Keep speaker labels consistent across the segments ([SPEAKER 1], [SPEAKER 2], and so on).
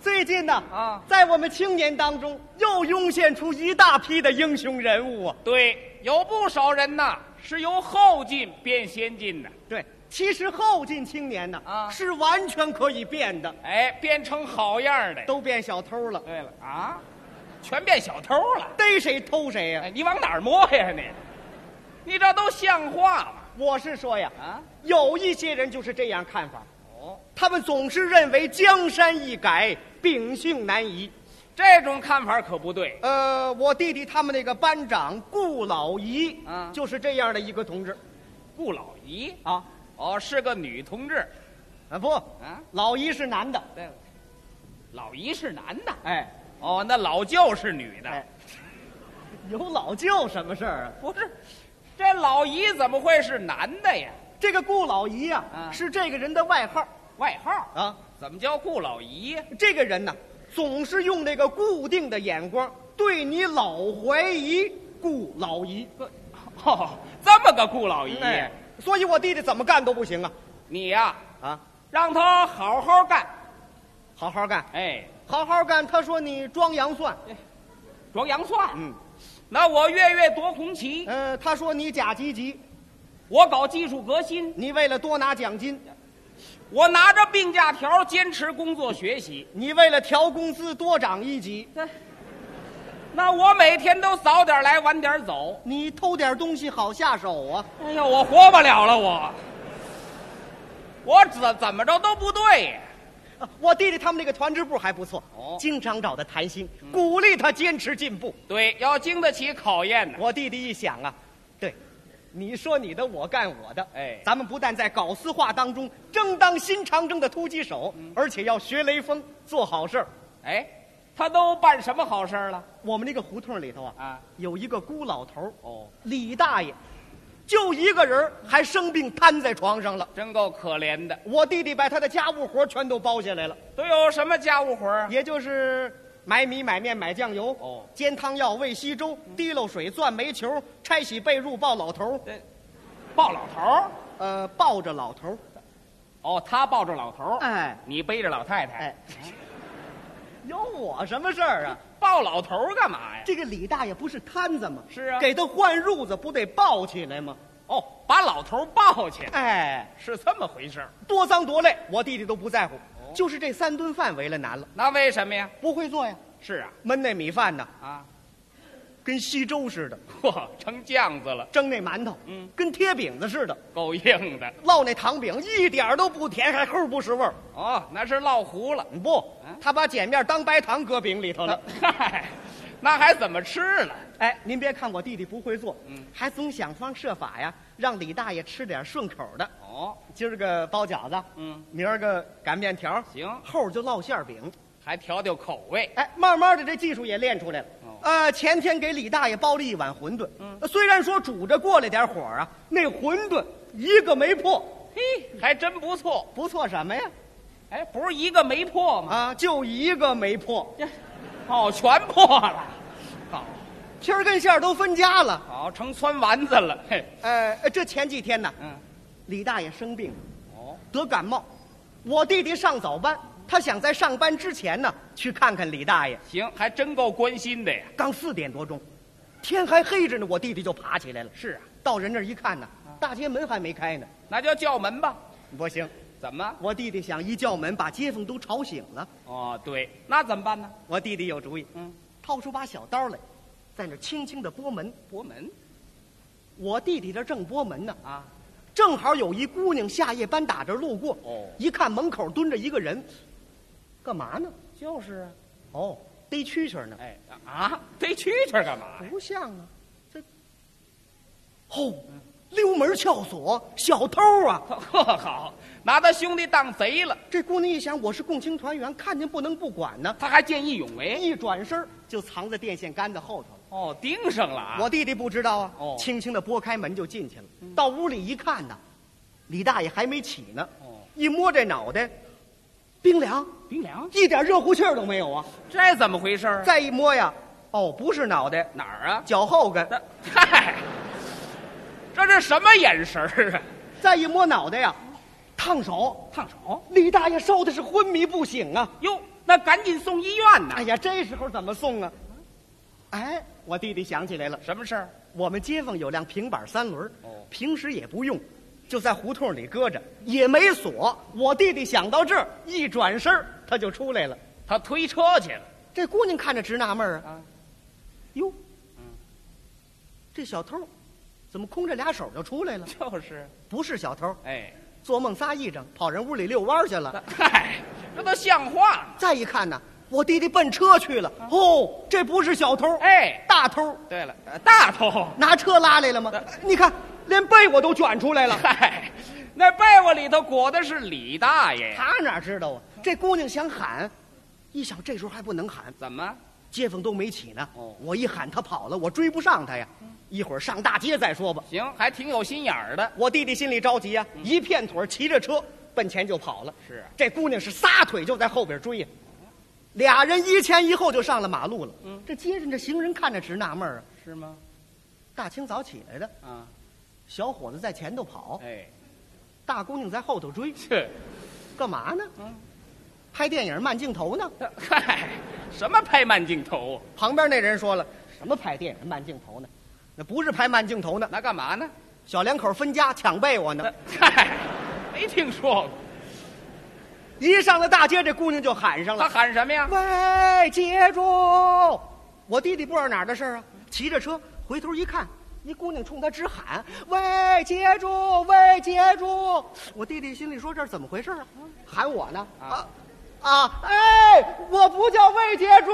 [SPEAKER 1] 最近呢，
[SPEAKER 2] 啊
[SPEAKER 1] 在我们青年当中又涌现出一大批的英雄人物啊。
[SPEAKER 2] 对，有不少人呐是由后进变先进的，
[SPEAKER 1] 对，其实后进青年呢，
[SPEAKER 2] 啊
[SPEAKER 1] 是完全可以变的，
[SPEAKER 2] 哎，变成好样儿的。
[SPEAKER 1] 都变小偷了，
[SPEAKER 2] 对了啊，全变小偷了。
[SPEAKER 1] 逮谁偷谁啊呀、
[SPEAKER 2] 哎，你往哪儿摸呀你？你这都像话吗？
[SPEAKER 1] 我是说呀，
[SPEAKER 2] 啊，
[SPEAKER 1] 有一些人就是这样看法，
[SPEAKER 2] 哦，
[SPEAKER 1] 他们总是认为江山易改，秉性难移。
[SPEAKER 2] 这种看法可不对。
[SPEAKER 1] 呃，我弟弟他们那个班长顾老姨，
[SPEAKER 2] 啊
[SPEAKER 1] 就是这样的一个同志
[SPEAKER 2] 顾老姨，
[SPEAKER 1] 啊，
[SPEAKER 2] 哦，是个女同志。
[SPEAKER 1] 啊不，
[SPEAKER 2] 啊，
[SPEAKER 1] 老姨是男的，
[SPEAKER 2] 对了，老姨是男的，
[SPEAKER 1] 哎
[SPEAKER 2] 哦，那老舅是女的。
[SPEAKER 1] 哎，有老舅什么事儿啊？
[SPEAKER 2] 不是，这老姨怎么会是男的呀？
[SPEAKER 1] 这个顾老姨呀、
[SPEAKER 2] 啊
[SPEAKER 1] 是这个人的外号
[SPEAKER 2] 外号
[SPEAKER 1] 啊。
[SPEAKER 2] 怎么叫顾老姨呀？
[SPEAKER 1] 这个人呢，总是用那个固定的眼光对你老怀疑顾老姨。
[SPEAKER 2] 哦，这么个顾老姨，
[SPEAKER 1] 哎，所以我弟弟怎么干都不行啊
[SPEAKER 2] 你呀、
[SPEAKER 1] 啊！
[SPEAKER 2] 让她好好干。
[SPEAKER 1] 好好干，
[SPEAKER 2] 哎，
[SPEAKER 1] 好好干。他说你装洋蒜，
[SPEAKER 2] 装洋蒜。
[SPEAKER 1] 嗯，
[SPEAKER 2] 那我月月夺红旗，
[SPEAKER 1] 呃，他说你假积极，
[SPEAKER 2] 我搞技术革新，
[SPEAKER 1] 你为了多拿奖金，
[SPEAKER 2] 我拿着病假条坚持工作学习。
[SPEAKER 1] 你为了调工资多涨一级，
[SPEAKER 2] 那我每天都早点来晚点走。
[SPEAKER 1] 你偷点东西好下手啊。
[SPEAKER 2] 哎呀，我活不了了，我，我怎怎么着都不对呀。
[SPEAKER 1] 啊 我弟弟他们那个团支部还不错，
[SPEAKER 2] 哦嗯
[SPEAKER 1] 经常找他谈心，鼓励他坚持进步。
[SPEAKER 2] 对，要经得起考验呢。
[SPEAKER 1] 我弟弟一想啊，对，你说你的，我干我的，
[SPEAKER 2] 哎
[SPEAKER 1] 咱们不但在搞丝化当中争当新长征的突击手，
[SPEAKER 2] 嗯
[SPEAKER 1] 而且要学雷锋做好事儿。
[SPEAKER 2] 哎，他都办什么好事儿了？
[SPEAKER 1] 我们那个胡同里头啊，
[SPEAKER 2] 啊
[SPEAKER 1] 有一个孤老头儿
[SPEAKER 2] 哦，
[SPEAKER 1] 李大爷，就一个人儿还生病瘫在床上了。
[SPEAKER 2] 真够可怜的。
[SPEAKER 1] 我弟弟把他的家务活儿全都包下来了，
[SPEAKER 2] 都有什么家务活儿啊？
[SPEAKER 1] 也就是买米、买面、买酱油，
[SPEAKER 2] 哦
[SPEAKER 1] 煎汤药、喂稀粥、滴漏水、钻煤球、拆洗被褥、抱老头儿，
[SPEAKER 2] 这抱老头儿。
[SPEAKER 1] 呃，抱着老头儿，
[SPEAKER 2] 哦，他抱着老头儿，
[SPEAKER 1] 哎
[SPEAKER 2] 你背着老太太，
[SPEAKER 1] 哎，有我什么事儿啊？
[SPEAKER 2] 抱老头儿干嘛 呀？
[SPEAKER 1] 这个李大爷不是摊子吗？
[SPEAKER 2] 是啊
[SPEAKER 1] 给他换褥子不得抱起来吗？
[SPEAKER 2] 哦，把老头儿抱起来，
[SPEAKER 1] 哎，
[SPEAKER 2] 是这么回事儿。
[SPEAKER 1] 多脏多累，我弟弟都不在乎，就是这三顿饭为了难了，
[SPEAKER 2] 那为什么呀？
[SPEAKER 1] 哦不会做呀，
[SPEAKER 2] 是啊，
[SPEAKER 1] 焖那米饭呢，
[SPEAKER 2] 啊，
[SPEAKER 1] 跟稀粥似的，
[SPEAKER 2] 嚯，成酱子了，
[SPEAKER 1] 蒸那馒头，
[SPEAKER 2] 嗯，
[SPEAKER 1] 跟贴饼子似的，
[SPEAKER 2] 够硬的。
[SPEAKER 1] 烙那糖饼一点儿都不甜，还齁不是味儿。
[SPEAKER 2] 哦，那是烙糊了。
[SPEAKER 1] 不
[SPEAKER 2] 啊，
[SPEAKER 1] 他把碱面当白糖搁饼里头了。
[SPEAKER 2] 嗨，那还怎么吃了？
[SPEAKER 1] 哎，您别看我弟弟不会做，
[SPEAKER 2] 嗯
[SPEAKER 1] 还总想方设法呀，让李大爷吃点顺口的。
[SPEAKER 2] 哦，
[SPEAKER 1] 今儿个包饺子，
[SPEAKER 2] 嗯，
[SPEAKER 1] 明儿个擀面条，
[SPEAKER 2] 行，
[SPEAKER 1] 后儿就烙馅儿饼。
[SPEAKER 2] 还调调口味。
[SPEAKER 1] 哎，慢慢的这技术也练出来了。
[SPEAKER 2] 哦
[SPEAKER 1] 呃，前天给李大爷包了一碗馄饨，呃
[SPEAKER 2] 嗯
[SPEAKER 1] 虽然说煮着过来点火啊，那馄饨一个没破，
[SPEAKER 2] 嘿，还真不错。
[SPEAKER 1] 不错什么呀？
[SPEAKER 2] 哎，不是一个没破吗？
[SPEAKER 1] 啊，就一个没破，
[SPEAKER 2] 哦，全破了。好，
[SPEAKER 1] 皮儿跟馅儿都分家了。
[SPEAKER 2] 好，成酸丸子了。嘿，
[SPEAKER 1] 呃，这前几天呢，
[SPEAKER 2] 嗯，
[SPEAKER 1] 李大爷生病
[SPEAKER 2] 哦，
[SPEAKER 1] 得感冒，我弟弟上早班，他想在上班之前呢去看看李大爷。
[SPEAKER 2] 行，还真够关心的呀。
[SPEAKER 1] 刚四点多钟，天还黑着呢，我弟弟就爬起来了。
[SPEAKER 2] 是啊，
[SPEAKER 1] 到人那儿一看呢，大街门还没开呢，
[SPEAKER 2] 那就叫门吧。
[SPEAKER 1] 不行。
[SPEAKER 2] 怎么？
[SPEAKER 1] 我弟弟想一叫门把街坊都吵醒了，
[SPEAKER 2] 哦，对，那怎么办呢？
[SPEAKER 1] 我弟弟有主意，
[SPEAKER 2] 嗯，
[SPEAKER 1] 掏出把小刀来，在那儿轻轻的拨门。
[SPEAKER 2] 拨门
[SPEAKER 1] 我弟弟这正拨门呢，
[SPEAKER 2] 啊。
[SPEAKER 1] 正好有一姑娘下夜班打这儿路过，
[SPEAKER 2] 哦
[SPEAKER 1] 一看门口蹲着一个人，干嘛呢？
[SPEAKER 2] 就是啊。
[SPEAKER 1] 哦，逮蛐蛐呢，
[SPEAKER 2] 哎啊，逮蛐蛐干嘛呀？
[SPEAKER 1] 不像啊，这，哦，溜门撬锁，小偷啊！
[SPEAKER 2] 呵，好，拿他兄弟当贼了，
[SPEAKER 1] 这姑娘一想，我是共青团员，看见不能不管呢，
[SPEAKER 2] 他还见义勇为。
[SPEAKER 1] 一转身儿就藏在电线杆子后头了。
[SPEAKER 2] 哦，盯上了啊。
[SPEAKER 1] 我弟弟不知道啊，
[SPEAKER 2] 哦嗯
[SPEAKER 1] 轻轻的拨开门就进去了。到屋里一看呢，李大爷还没起呢，
[SPEAKER 2] 哦
[SPEAKER 1] 一摸这脑袋，冰凉，
[SPEAKER 2] 冰凉，
[SPEAKER 1] 一点热乎气儿都没有啊！
[SPEAKER 2] 这怎么回事儿啊？
[SPEAKER 1] 再一摸呀，哦，不是脑袋，
[SPEAKER 2] 哪儿啊？
[SPEAKER 1] 脚后跟。
[SPEAKER 2] 这嗨，这是什么眼神儿啊？
[SPEAKER 1] 再一摸脑袋呀，烫手。
[SPEAKER 2] 烫手。
[SPEAKER 1] 李大爷烧的是昏迷不醒啊！
[SPEAKER 2] 哟，那赶紧送医院呐
[SPEAKER 1] 哎！呀，这时候怎么送啊？哎，我弟弟想起来了，
[SPEAKER 2] 什么事儿？
[SPEAKER 1] 我们街坊有辆平板三轮，
[SPEAKER 2] 哦
[SPEAKER 1] 平时也不用，就在胡同里搁着，也没锁。我弟弟想到这儿，一转身儿他就出来了。
[SPEAKER 2] 他推车去了
[SPEAKER 1] 这姑娘看着直纳闷儿啊，
[SPEAKER 2] 啊！嗯
[SPEAKER 1] 哟，这小偷怎么空着俩手就出来了？
[SPEAKER 2] 就是，
[SPEAKER 1] 不是小偷，
[SPEAKER 2] 哎，
[SPEAKER 1] 做梦撒癔症，跑人屋里遛弯儿去了。
[SPEAKER 2] 那嗨，这都像话吗？
[SPEAKER 1] 再一看呢，我弟弟奔车去了。哦，这不是小偷，
[SPEAKER 2] 哎，
[SPEAKER 1] 大偷
[SPEAKER 2] 对了，呃大头，
[SPEAKER 1] 拿车拉来了吗？你看，连被我都卷出来 了。
[SPEAKER 2] 嗨，那被窝里头裹的是李大爷呀。
[SPEAKER 1] 他哪知道啊？这姑娘想喊，一想这时候还不能喊，
[SPEAKER 2] 怎么？
[SPEAKER 1] 街坊都没起呢。
[SPEAKER 2] 哦
[SPEAKER 1] 我一喊他跑了，我追不上他呀。一会儿上大街再说吧。
[SPEAKER 2] 行，还挺有心眼儿的。
[SPEAKER 1] 我弟弟心里着急呀、一片腿儿骑着车奔前就跑了。
[SPEAKER 2] 是啊
[SPEAKER 1] 这姑娘是撒腿就在后边追呀、俩人一前一后就上了马路了。
[SPEAKER 2] 嗯
[SPEAKER 1] 这街上这行人看着直纳闷儿啊，
[SPEAKER 2] 是吗？
[SPEAKER 1] 大清早起来的，
[SPEAKER 2] 啊，
[SPEAKER 1] 小伙子在前头跑，
[SPEAKER 2] 哎，
[SPEAKER 1] 大姑娘在后头追，
[SPEAKER 2] 切，
[SPEAKER 1] 干嘛呢？
[SPEAKER 2] 嗯
[SPEAKER 1] 拍电影慢镜头呢？
[SPEAKER 2] 嗨，什么拍慢镜头？
[SPEAKER 1] 旁边那人说了，什么拍电影慢镜头呢？那不是拍慢镜头呢，
[SPEAKER 2] 那干嘛呢？
[SPEAKER 1] 小两口分家抢被窝呢
[SPEAKER 2] 那。呃嗨，没听说过。
[SPEAKER 1] 一上了大街，这姑娘就喊上
[SPEAKER 2] 他
[SPEAKER 1] 了
[SPEAKER 2] 喊什么呀：“？
[SPEAKER 1] 喂，接住！”我弟弟不知道哪儿的事儿啊，骑着车回头一看，一姑娘冲他直喊：“喂，接住！喂，接住！”我弟弟心里说：“这是怎么回事啊？喊我呢？”
[SPEAKER 2] 啊
[SPEAKER 1] 啊！哎，我不叫魏杰柱，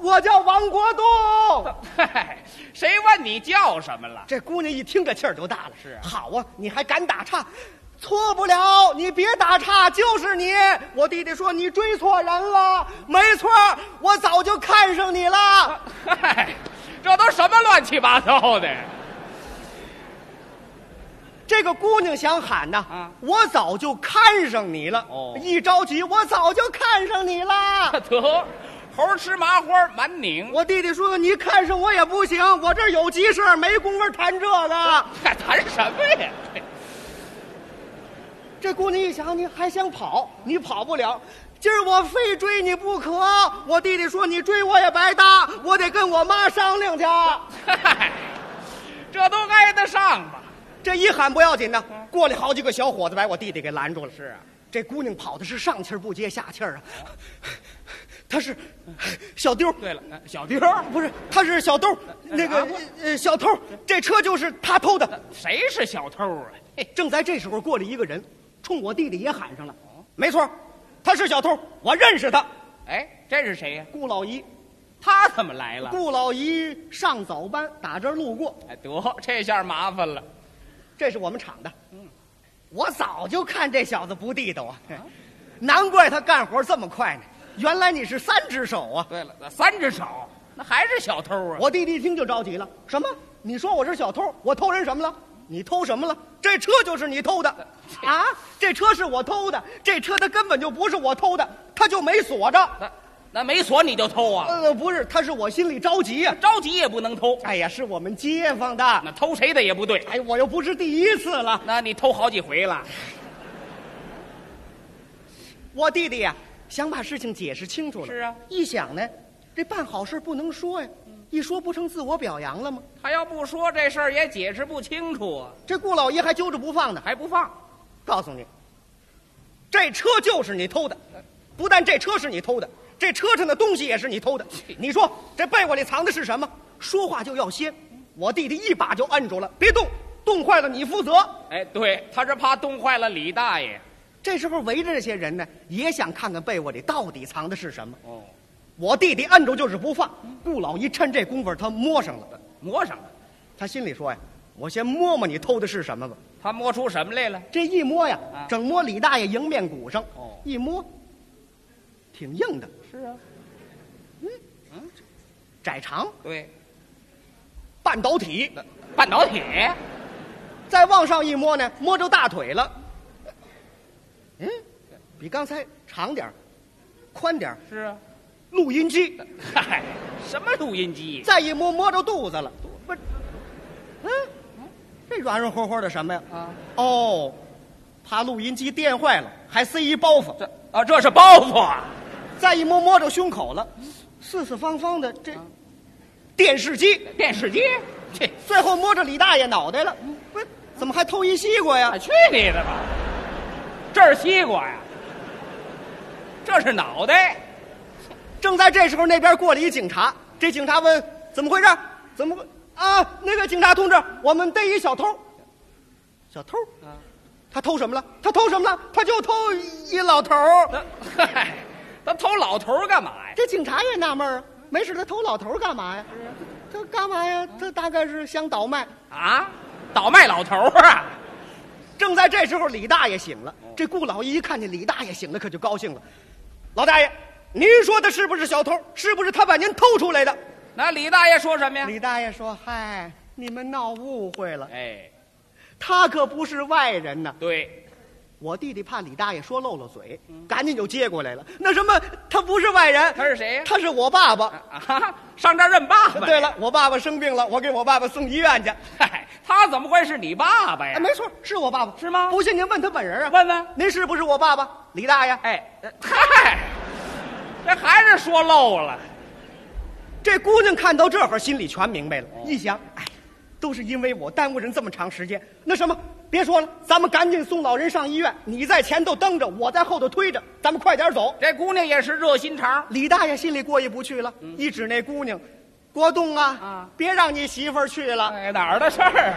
[SPEAKER 1] 我叫王国栋。
[SPEAKER 2] 嗨，谁问你叫什么了？
[SPEAKER 1] 这姑娘一听这气儿就大了，
[SPEAKER 2] 是啊
[SPEAKER 1] 好啊，你还敢打岔？错不了，你别打岔，就是你。我弟弟说你追错人了，没错儿，我早就看上你
[SPEAKER 2] 啊
[SPEAKER 1] 了。
[SPEAKER 2] 嗨，这都什么乱七八糟的？
[SPEAKER 1] 这个姑娘想喊呐，
[SPEAKER 2] 啊
[SPEAKER 1] 我早就看上你了。
[SPEAKER 2] 哦
[SPEAKER 1] 一着急，我早就看上你了。
[SPEAKER 2] 得，猴吃麻花满拧。
[SPEAKER 1] 我弟弟说你看上我也不行，我这儿有急事儿，没工夫谈这个。
[SPEAKER 2] 还谈什么呀？
[SPEAKER 1] 这姑娘一想，你还想跑，你跑不了。今儿我非追你不可。我弟弟说你追我也白搭，我得跟我妈商量去。
[SPEAKER 2] 嗨，这都挨得上吧？
[SPEAKER 1] 这一喊不要紧呢，过来好几个小伙子把我弟弟给拦住了。
[SPEAKER 2] 嗯是啊，
[SPEAKER 1] 这姑娘跑的是上气儿不接下气儿啊，她是小丢儿，
[SPEAKER 2] 对了，呃小丢儿，
[SPEAKER 1] 不是，她是小兜儿，那个
[SPEAKER 2] 啊嗯
[SPEAKER 1] 呃小偷儿，这车就是他偷的。
[SPEAKER 2] 谁是小偷啊？嘿，
[SPEAKER 1] 正在这时候，过来一个人，冲我弟弟也喊上了。
[SPEAKER 2] 哦
[SPEAKER 1] 没错儿，他是小偷，我认识他，
[SPEAKER 2] 哎，这是谁呀、
[SPEAKER 1] 顾老姨。
[SPEAKER 2] 他怎么来了？
[SPEAKER 1] 顾老姨上早班，打这儿路过，
[SPEAKER 2] 哎，得，这下麻烦了。
[SPEAKER 1] 这是我们厂的。
[SPEAKER 2] 嗯
[SPEAKER 1] 我早就看这小子不地道啊，难怪他干活这么快呢。原来你是三只手啊！
[SPEAKER 2] 对了，三只手，那还是小偷啊？
[SPEAKER 1] 我弟弟一听就着急了，什么？你说我是小偷？我偷人什么了？你偷什么了？这车就是你 偷的啊！这车是我偷的，这车它根本就不是我偷的，它就没锁着。
[SPEAKER 2] 那那没锁你就偷啊？
[SPEAKER 1] 呃，不是，他是我心里着急呀、
[SPEAKER 2] 着急也不能偷，
[SPEAKER 1] 哎呀，是我们街坊的。
[SPEAKER 2] 那偷谁的也不对。
[SPEAKER 1] 哎，我又不是第一次了。
[SPEAKER 2] 那你偷好几回了，
[SPEAKER 1] 我弟弟呀、想把事情解释清楚了。
[SPEAKER 2] 是啊嗯
[SPEAKER 1] 一想呢，这办好事不能说呀，一说不成自我表扬了吗？
[SPEAKER 2] 他要不说这事儿也解释不清楚啊，
[SPEAKER 1] 这顾老爷还揪着不放呢，
[SPEAKER 2] 还不放。
[SPEAKER 1] 告诉你，这车就是你偷的，不但这车是你偷的，这车上的东西也是你偷的。你说这被窝里藏的是什么？说话就要先，我弟弟一把就摁住了，别动，动坏了你负责。
[SPEAKER 2] 哎，对，他是怕冻坏了李大爷。
[SPEAKER 1] 这时候围着这些人呢，也想看看被窝里到底藏的是什么。
[SPEAKER 2] 哦，
[SPEAKER 1] 我弟弟摁住就是不放，顾老姨趁这功夫他摸上了。
[SPEAKER 2] 摸上了，
[SPEAKER 1] 他心里说呀：“我先摸摸你偷的是什么吧。
[SPEAKER 2] 他摸出什么来了？”
[SPEAKER 1] 这一摸呀
[SPEAKER 2] 啊，
[SPEAKER 1] 整摸李大爷迎面骨上
[SPEAKER 2] 哦，
[SPEAKER 1] 一摸，挺硬的，嗯
[SPEAKER 2] 是啊，嗯
[SPEAKER 1] 窄长，
[SPEAKER 2] 对，
[SPEAKER 1] 半导体。
[SPEAKER 2] 那半导体。
[SPEAKER 1] 再往上一摸呢，摸着大腿了，嗯，比刚才长点儿宽点儿
[SPEAKER 2] 是啊，
[SPEAKER 1] 录音机。
[SPEAKER 2] 嗨，什么录音机？
[SPEAKER 1] 再一摸，摸着肚子了，不是，嗯，这软软和和的什么呀？
[SPEAKER 2] 啊，
[SPEAKER 1] 哦，怕录音机电坏了，还塞一包袱。
[SPEAKER 2] 这啊，这是包袱啊！
[SPEAKER 1] 再一摸摸着胸口了，四四方方的这电视机，
[SPEAKER 2] 电视机，去，
[SPEAKER 1] 最后摸着李大爷脑袋了，不是怎么还偷一西瓜呀
[SPEAKER 2] 啊，？去你的吧！这是西瓜呀，这是脑袋，
[SPEAKER 1] 正在这时候，那边过来一警察，这警察问怎么回事？怎么会啊？那个警察同志，我们逮一小偷。小偷？他偷什么了？他偷什么了？他就偷一老头儿
[SPEAKER 2] 那嗨，他偷老头儿干嘛呀？
[SPEAKER 1] 这警察也纳闷儿啊，没事，他偷老头儿干嘛呀？他干嘛呀？他大概是想倒卖。
[SPEAKER 2] 啊，倒卖老头儿啊！
[SPEAKER 1] 正在这时候，李大爷醒了。这顾老爷一看见李大爷醒了，可就高兴了。老大爷，您说他是不是小偷？是不是他把您偷出来的？
[SPEAKER 2] 那李大爷说什么呀？
[SPEAKER 1] 李大爷说：“嗨，你们闹误会了，
[SPEAKER 2] 哎，
[SPEAKER 1] 他可不是外人呐。
[SPEAKER 2] 对，
[SPEAKER 1] 我弟弟怕李大爷说漏了嘴，赶紧就接过来了。那什么，他不是外人，
[SPEAKER 2] 嗯他是谁呀
[SPEAKER 1] 他是我爸爸。
[SPEAKER 2] 啊，上这儿认爸爸。
[SPEAKER 1] 对，了，我爸爸生病了，我给我爸爸送医院去。
[SPEAKER 2] 嗨，他怎么会是你爸哎爸呀
[SPEAKER 1] 哎，？没错，是我爸爸，
[SPEAKER 2] 是吗
[SPEAKER 1] 不信您问他本人啊。
[SPEAKER 2] 问问
[SPEAKER 1] 您是不是我爸爸，李大爷？
[SPEAKER 2] 哎，呃嗨，这还是说漏了。
[SPEAKER 1] 这姑娘看到这会儿，心里全明白
[SPEAKER 2] 哦
[SPEAKER 1] 了。一想，哎，都是因为我耽误人这么长时间。那什么，别说了，咱们赶紧送老人上医院。你在前头蹬着，我在后头推着，咱们快点走。
[SPEAKER 2] 这姑娘也是热心肠，
[SPEAKER 1] 李大爷心里过意不去了，一指那姑娘，国栋啊，
[SPEAKER 2] 啊
[SPEAKER 1] 别让你媳妇儿去了。
[SPEAKER 2] 哎，哪儿的事儿？